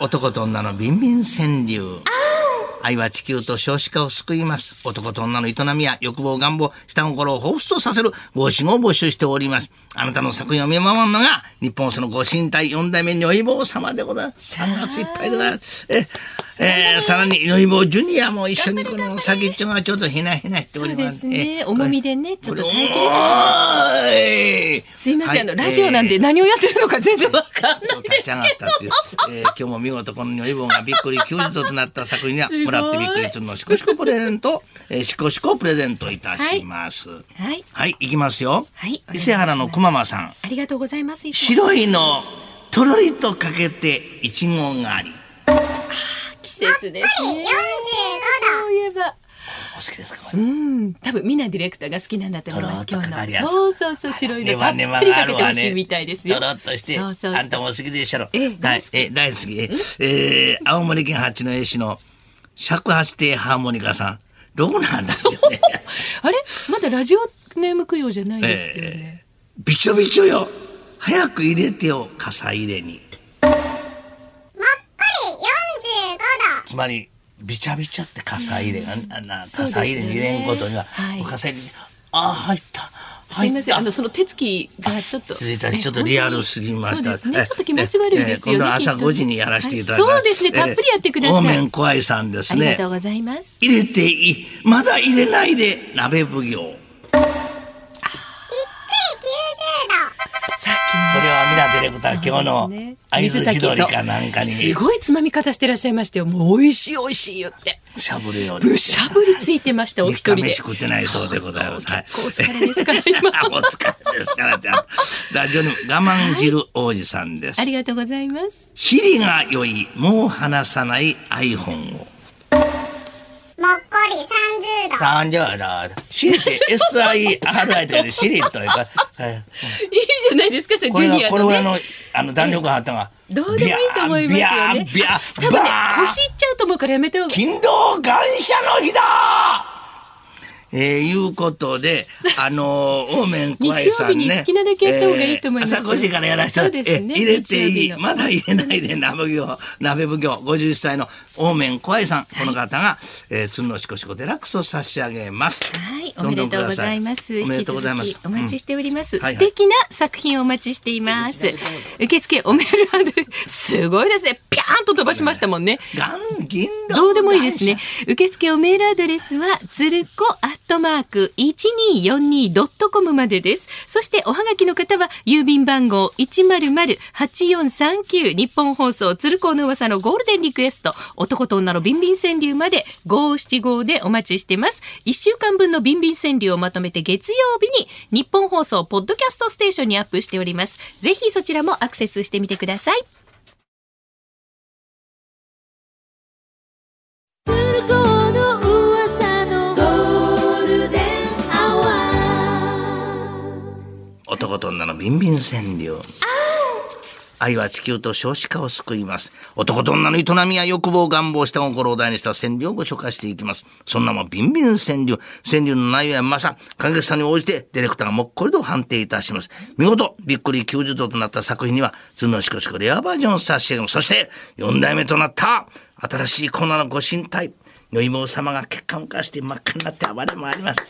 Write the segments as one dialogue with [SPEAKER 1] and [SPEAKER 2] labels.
[SPEAKER 1] 男と女のビンビン川柳。愛は地球と少子化を救います。男と女の営みや欲望、願望、下心を彷彿とさせるご志願を募集しております。あなたの作品を見守るのが、日本そのご神体四代目如意棒様でございます。3月いっぱいでございます。え、えーさらに如意棒ジュニアも一緒にこの先っちょがちょっとひなひなしております。
[SPEAKER 2] そうですね
[SPEAKER 1] え
[SPEAKER 2] 重みでねちょっと
[SPEAKER 1] これ
[SPEAKER 2] 耐えきれ
[SPEAKER 1] 重い
[SPEAKER 2] すいません、あの
[SPEAKER 1] はい
[SPEAKER 2] ラジオなんで何をやってるのか全然わかんない
[SPEAKER 1] ちょっと立ち上がったっていう、えー今日も見事この如意棒がびっくり90度となった作品には
[SPEAKER 2] すごい
[SPEAKER 1] もらってびっくりするのしこしこプレゼント、えー、しこしこプレゼントいたしますはい、
[SPEAKER 2] はい
[SPEAKER 1] い、きますよ、
[SPEAKER 2] はい
[SPEAKER 1] 伊勢原のくままさん
[SPEAKER 2] ありがとうございますいつも
[SPEAKER 1] 白いのとろりとかけていちご狩り
[SPEAKER 2] 季節ですねそういえば
[SPEAKER 1] お好きですかこ
[SPEAKER 2] う
[SPEAKER 1] れ
[SPEAKER 2] ん多分ミナディレクターが好きなんだと思います
[SPEAKER 1] とろ
[SPEAKER 2] 今日
[SPEAKER 1] っとかかるやつ
[SPEAKER 2] のそうそうそう白いのたっ
[SPEAKER 1] ねわ
[SPEAKER 2] ぷり
[SPEAKER 1] ねわが
[SPEAKER 2] かけ
[SPEAKER 1] ある
[SPEAKER 2] てほ
[SPEAKER 1] わね
[SPEAKER 2] しいみたいですよ
[SPEAKER 1] とろっとして
[SPEAKER 2] そうそうそう
[SPEAKER 1] あんたもお好きでっしょ
[SPEAKER 2] ええ
[SPEAKER 1] だ
[SPEAKER 2] 大
[SPEAKER 1] い
[SPEAKER 2] 好き
[SPEAKER 1] え大好きええー青森県八戸市の尺八亭ハーモニカさんロゴなんだよね
[SPEAKER 2] あれまだラジオネーム供養じゃないですよね、
[SPEAKER 1] びちょびちょよ早く入れてよ傘入れにつまりびちゃびちゃって傘入れが、あな
[SPEAKER 2] そうですよね
[SPEAKER 1] 傘入れに入れんことには、
[SPEAKER 2] はい
[SPEAKER 1] お傘入れにあー入った
[SPEAKER 2] す
[SPEAKER 1] 入
[SPEAKER 2] い
[SPEAKER 1] った
[SPEAKER 2] ません、あのその手つきがちょっと。
[SPEAKER 1] 失礼いたしちょっとリアルすぎました。
[SPEAKER 2] そうですね、ちょっと気持ち悪いですよね。
[SPEAKER 1] ええ今度
[SPEAKER 2] き
[SPEAKER 1] 朝
[SPEAKER 2] っと
[SPEAKER 1] 5時にやらせていただき
[SPEAKER 2] は
[SPEAKER 1] ます。
[SPEAKER 2] そうですね、たっぷりやってくだ
[SPEAKER 1] ええ
[SPEAKER 2] さ
[SPEAKER 1] 方面
[SPEAKER 2] い。
[SPEAKER 1] 怖いさんです
[SPEAKER 2] ありが
[SPEAKER 1] ね
[SPEAKER 2] と。うございます。
[SPEAKER 1] 入れていい、まだ入れないで鍋奉行。こ
[SPEAKER 2] さっきの
[SPEAKER 1] れはミラディレクター今日
[SPEAKER 2] そう
[SPEAKER 1] の
[SPEAKER 2] ですね
[SPEAKER 1] 合
[SPEAKER 2] 水
[SPEAKER 1] 図千
[SPEAKER 2] 炊き
[SPEAKER 1] 鳥かなんかに
[SPEAKER 2] そうすごいつまみ方してらっしゃいましたよ。もう美味しい美味しい言 って。
[SPEAKER 1] しゃぶるように。
[SPEAKER 2] ぶしゃぶりついてました、お
[SPEAKER 1] 三
[SPEAKER 2] 一人
[SPEAKER 1] 日
[SPEAKER 2] で。
[SPEAKER 1] 飯食ってないそうでございます。はい
[SPEAKER 2] そうそう結構お疲れですから、 今。
[SPEAKER 1] お疲れですからって。あラジオに我慢汁王子さんです
[SPEAKER 2] あ。りがとうございます。
[SPEAKER 1] ヒリが良い、もう離さない iPhone を。三十だ。シリって S I R I とかでシリとい
[SPEAKER 2] い
[SPEAKER 1] うか、はい
[SPEAKER 2] いじゃないですか、それ
[SPEAKER 1] こ
[SPEAKER 2] ジュ
[SPEAKER 1] れ
[SPEAKER 2] ニ
[SPEAKER 1] が
[SPEAKER 2] ア
[SPEAKER 1] これ
[SPEAKER 2] の
[SPEAKER 1] ぐらい
[SPEAKER 2] ね。
[SPEAKER 1] のあの弾力があったが、
[SPEAKER 2] どうでもいいと思いますよね。
[SPEAKER 1] ビャービャー
[SPEAKER 2] 多
[SPEAKER 1] ビ
[SPEAKER 2] 分ね
[SPEAKER 1] ャ、ー。
[SPEAKER 2] 腰いっちゃうと思うからやめた方が。
[SPEAKER 1] 勤労感謝の日だ。えー、いうこと で、あのー、オーメン怖いさんね。
[SPEAKER 2] 日曜日に好きなだけやった方がいいと思います
[SPEAKER 1] えー朝5時からやらせて、
[SPEAKER 2] そうですね
[SPEAKER 1] えー入れてい
[SPEAKER 2] 日
[SPEAKER 1] い。
[SPEAKER 2] 曜日の
[SPEAKER 1] まだ入れな いで鍋奉行、鍋奉行、50歳のオーメン怖いさん。この方が、えー、つんのしこしこデラックスを差し上げます。
[SPEAKER 2] はい、お
[SPEAKER 1] ど
[SPEAKER 2] めで
[SPEAKER 1] んどんく
[SPEAKER 2] とう
[SPEAKER 1] だ
[SPEAKER 2] ご
[SPEAKER 1] さ
[SPEAKER 2] ざいます。
[SPEAKER 1] おめでとうございます
[SPEAKER 2] 引き。続きお待ちしております。
[SPEAKER 1] はいは
[SPEAKER 2] 素
[SPEAKER 1] い
[SPEAKER 2] 敵な作品をお待ちしています。受付おメールハンドル、すごいですね。ピャーンと飛ばしましたもんね。
[SPEAKER 1] がん、銀狼
[SPEAKER 2] どうでもいいですね。。受付おメールアドレスは、つるこアットマーク 1242.com までです。そして、おはがきの方は、郵便番号100-8439日本放送、つるこの噂のゴールデンリクエスト、男と女のビンビン川柳まで575でお待ちしてます。1週間分のビンビン川柳をまとめて月曜日に、日本放送、ポッドキャストステーションにアップしております。ぜひそちらもアクセスしてみてください。
[SPEAKER 1] 男と女のビンビン川柳。愛は地球と少子化を救います。男と女の営みや欲望、願望、下心を題にした川柳をご紹介していきます。そんなもんビンビン川柳。川柳の内容やまさ、関係者に応じてディレクターがもっこりと判定いたします。見事、びっくり90度となった作品には、ズのシコシコレアバージョンを差し上げます。そして、4代目となった、新しいコーナーのご神体、如意棒様が血管を浮かして真っ赤になって暴れ回ります。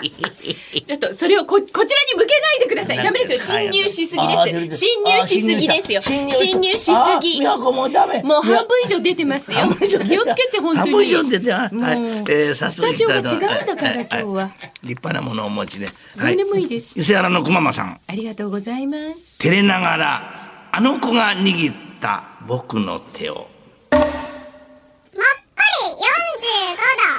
[SPEAKER 2] ちょっとそれをここちらに向けないでください。ダメですよ。侵入しすぎです。侵入しすぎですよ。侵入しすぎ。
[SPEAKER 1] もうダメ。
[SPEAKER 2] もう半分以上出てますよ。
[SPEAKER 1] 半分以上出た
[SPEAKER 2] 気をつけて本当に。
[SPEAKER 1] 半分以上出てます。はい
[SPEAKER 2] もう。
[SPEAKER 1] えー、早速
[SPEAKER 2] スタジオが違うん
[SPEAKER 1] いた
[SPEAKER 2] だから
[SPEAKER 1] い
[SPEAKER 2] 今日は。
[SPEAKER 1] い立派なものをお持ちで。
[SPEAKER 2] どうでもいいです
[SPEAKER 1] 伊勢原のくままさん。
[SPEAKER 2] ありがとうございます。
[SPEAKER 1] 照れながら、あの子が握った僕の手を。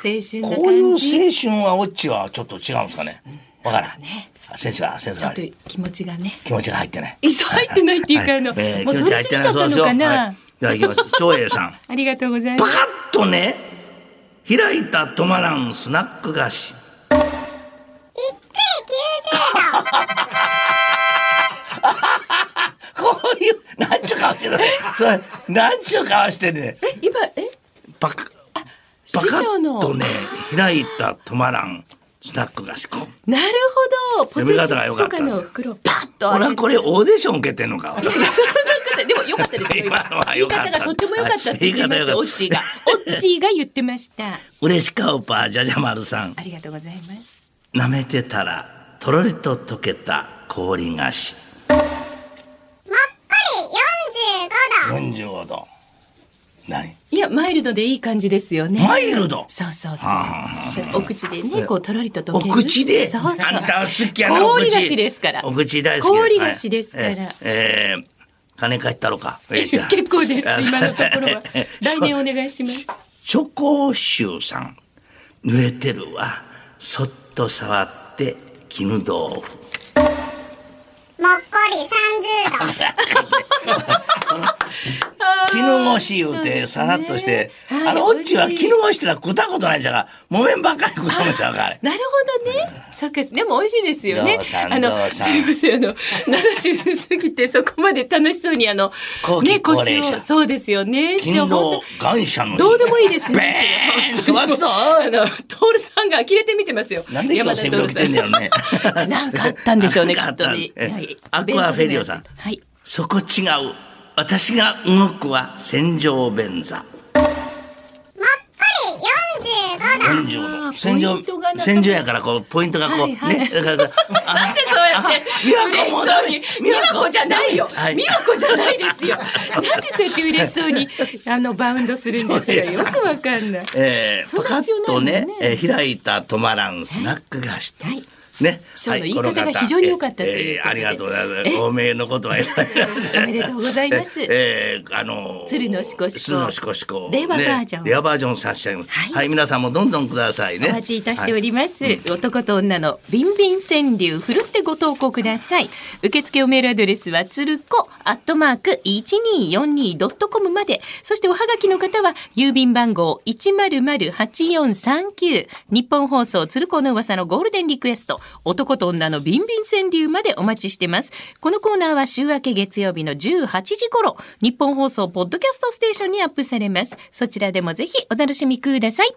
[SPEAKER 2] 青春な
[SPEAKER 1] こういう
[SPEAKER 2] 感じ。
[SPEAKER 1] 青春はオッチはちょっと違うんですかね。わからん。あ先生は、先生
[SPEAKER 2] ちょっ
[SPEAKER 1] は
[SPEAKER 2] と気持ちがね。
[SPEAKER 1] 気持ちが入ってない。
[SPEAKER 2] いっそ入ってないっていうかあの
[SPEAKER 1] はえー
[SPEAKER 2] もう
[SPEAKER 1] 気持ちが入てな
[SPEAKER 2] 取りすぎ
[SPEAKER 1] い
[SPEAKER 2] ちゃったのかな
[SPEAKER 1] そうですよはいいただきます。長英さん。
[SPEAKER 2] ありがとうござい
[SPEAKER 1] パ
[SPEAKER 2] ま
[SPEAKER 1] カ
[SPEAKER 2] す。
[SPEAKER 1] ッとね開いた止まらんスナック菓子こういうなんちゅう顔してるそれなんちゅう顔してるね
[SPEAKER 2] え今え
[SPEAKER 1] パカ
[SPEAKER 2] 師
[SPEAKER 1] パカ
[SPEAKER 2] 匠
[SPEAKER 1] ッと
[SPEAKER 2] の
[SPEAKER 1] ね開いた止まらんスナック菓子こう
[SPEAKER 2] なるほどポテ
[SPEAKER 1] 読み方が良
[SPEAKER 2] チ
[SPEAKER 1] かっ
[SPEAKER 2] とか
[SPEAKER 1] たんです
[SPEAKER 2] の袋をパッと
[SPEAKER 1] 俺
[SPEAKER 2] 開
[SPEAKER 1] は
[SPEAKER 2] けて
[SPEAKER 1] これオーディション受けてんのか
[SPEAKER 2] いやそんなことせん。でも良かったですよ。今
[SPEAKER 1] 今のは
[SPEAKER 2] 言
[SPEAKER 1] 良
[SPEAKER 2] い
[SPEAKER 1] かった
[SPEAKER 2] 方がとっても良かったって言ってま
[SPEAKER 1] 言い
[SPEAKER 2] す
[SPEAKER 1] 方良かった
[SPEAKER 2] よ。オッチーが。オッチーが言ってました。
[SPEAKER 1] 嬉しかおぱじゃじゃ丸さん
[SPEAKER 2] ありがとうございます。
[SPEAKER 1] 舐めてたらとろりと溶けた氷菓子
[SPEAKER 3] もっこり
[SPEAKER 1] 45
[SPEAKER 3] 45度。
[SPEAKER 1] 度何
[SPEAKER 2] いや、マイルドでいい感じですよね。
[SPEAKER 1] マイルド
[SPEAKER 2] そうそうそ
[SPEAKER 1] あ
[SPEAKER 2] う。お口でね、こうとろりと溶ける。
[SPEAKER 1] お口で
[SPEAKER 2] そうそう
[SPEAKER 1] あんた好きやなお口
[SPEAKER 2] 氷菓子ですから。
[SPEAKER 1] お口大好き
[SPEAKER 2] 氷菓子ですから
[SPEAKER 1] はいえーえー金返った ろか、えーじゃあ。
[SPEAKER 2] 結構です。今のところは 来年お願いします。
[SPEAKER 1] チョコシューさん濡れてるわそっと触って絹豆腐
[SPEAKER 3] もっこり30度。
[SPEAKER 1] 絹ごし言うてさらっとして、
[SPEAKER 2] はい
[SPEAKER 1] あのオッチは
[SPEAKER 2] 美味しい
[SPEAKER 1] 絹ごしってのは食ったことないんじゃが木綿ばっかり食ったんちゃうかあれ
[SPEAKER 2] なるほどね。そうか、でも美味しいですよね
[SPEAKER 1] どうさ。ん
[SPEAKER 2] あ
[SPEAKER 1] ど
[SPEAKER 2] の、
[SPEAKER 1] うさん
[SPEAKER 2] すいません、あの、70過ぎてそこまで楽しそうに、あの
[SPEAKER 1] 後、期
[SPEAKER 2] ね、
[SPEAKER 1] 高齢者
[SPEAKER 2] 腰を、そうですよね。
[SPEAKER 1] 勤
[SPEAKER 2] 本
[SPEAKER 1] 労
[SPEAKER 2] 当
[SPEAKER 1] 感謝の日
[SPEAKER 2] どうでもいいですね。
[SPEAKER 1] ベーン飛ばすぞ
[SPEAKER 2] あの、徹さんが呆れて見てますよ。
[SPEAKER 1] なんで今日セミロ来てんだよね
[SPEAKER 2] 山田徹さん なんかあったんでしょうね、き
[SPEAKER 1] なん
[SPEAKER 2] っ
[SPEAKER 1] か
[SPEAKER 2] と
[SPEAKER 1] あった
[SPEAKER 2] ね。
[SPEAKER 1] んえ
[SPEAKER 2] はい
[SPEAKER 1] アクアフェリオさん
[SPEAKER 2] はい。
[SPEAKER 1] そこ違う私が動くは戦場便座
[SPEAKER 3] もっこり45度。
[SPEAKER 1] 戦場
[SPEAKER 2] あ
[SPEAKER 1] の
[SPEAKER 2] ー
[SPEAKER 1] 戦
[SPEAKER 2] ポイントがなん
[SPEAKER 1] 場
[SPEAKER 2] か
[SPEAKER 1] 戦場やからこうポイントがこ
[SPEAKER 2] は
[SPEAKER 1] う、
[SPEAKER 2] いはい
[SPEAKER 1] ねだから
[SPEAKER 2] なんでそうやって
[SPEAKER 1] あ
[SPEAKER 2] 嬉し
[SPEAKER 1] 美和子も
[SPEAKER 2] そ
[SPEAKER 1] ダ
[SPEAKER 2] う
[SPEAKER 1] メ
[SPEAKER 2] に美和子じゃないよ
[SPEAKER 1] はい
[SPEAKER 2] 美和子じゃないですよなんでそうやって嬉しそうにあのバウンドするんですよよくわかんない
[SPEAKER 1] えー、
[SPEAKER 2] そ
[SPEAKER 1] パ
[SPEAKER 2] ん
[SPEAKER 1] カ
[SPEAKER 2] な
[SPEAKER 1] ッ
[SPEAKER 2] 必要ない
[SPEAKER 1] と
[SPEAKER 2] もんね
[SPEAKER 1] ねえー開いた止まらんスナック菓子と、
[SPEAKER 2] はい
[SPEAKER 1] ね、
[SPEAKER 2] 師匠の
[SPEAKER 1] はい
[SPEAKER 2] 言い方が
[SPEAKER 1] この
[SPEAKER 2] 非常に良かったというこ
[SPEAKER 1] え
[SPEAKER 2] と
[SPEAKER 1] ーあ
[SPEAKER 2] で
[SPEAKER 1] りがとうござい ます。ご名のことは偉い
[SPEAKER 2] お めでとうございます
[SPEAKER 1] えーあのー
[SPEAKER 2] 鶴のしこしこ
[SPEAKER 1] 鶴のしこしこ
[SPEAKER 2] 令和バージョン
[SPEAKER 1] ね、レアバージョン差し上げます。は、
[SPEAKER 2] はいい
[SPEAKER 1] 皆さんもどんどんくださいね。
[SPEAKER 2] お待ちいたしております、男と女のビンビン川柳ふるってご投稿ください受付おメールアドレスはつるこアットマーク 1242.com までそしておはがきの方は郵便番号100-8439日本放送つるこの噂のゴールデンリクエスト男と女のビンビン川柳までお待ちしてますこのコーナーは週明け月曜日の18時頃日本放送ポッドキャストステーションにアップされますそちらでもぜひお楽しみください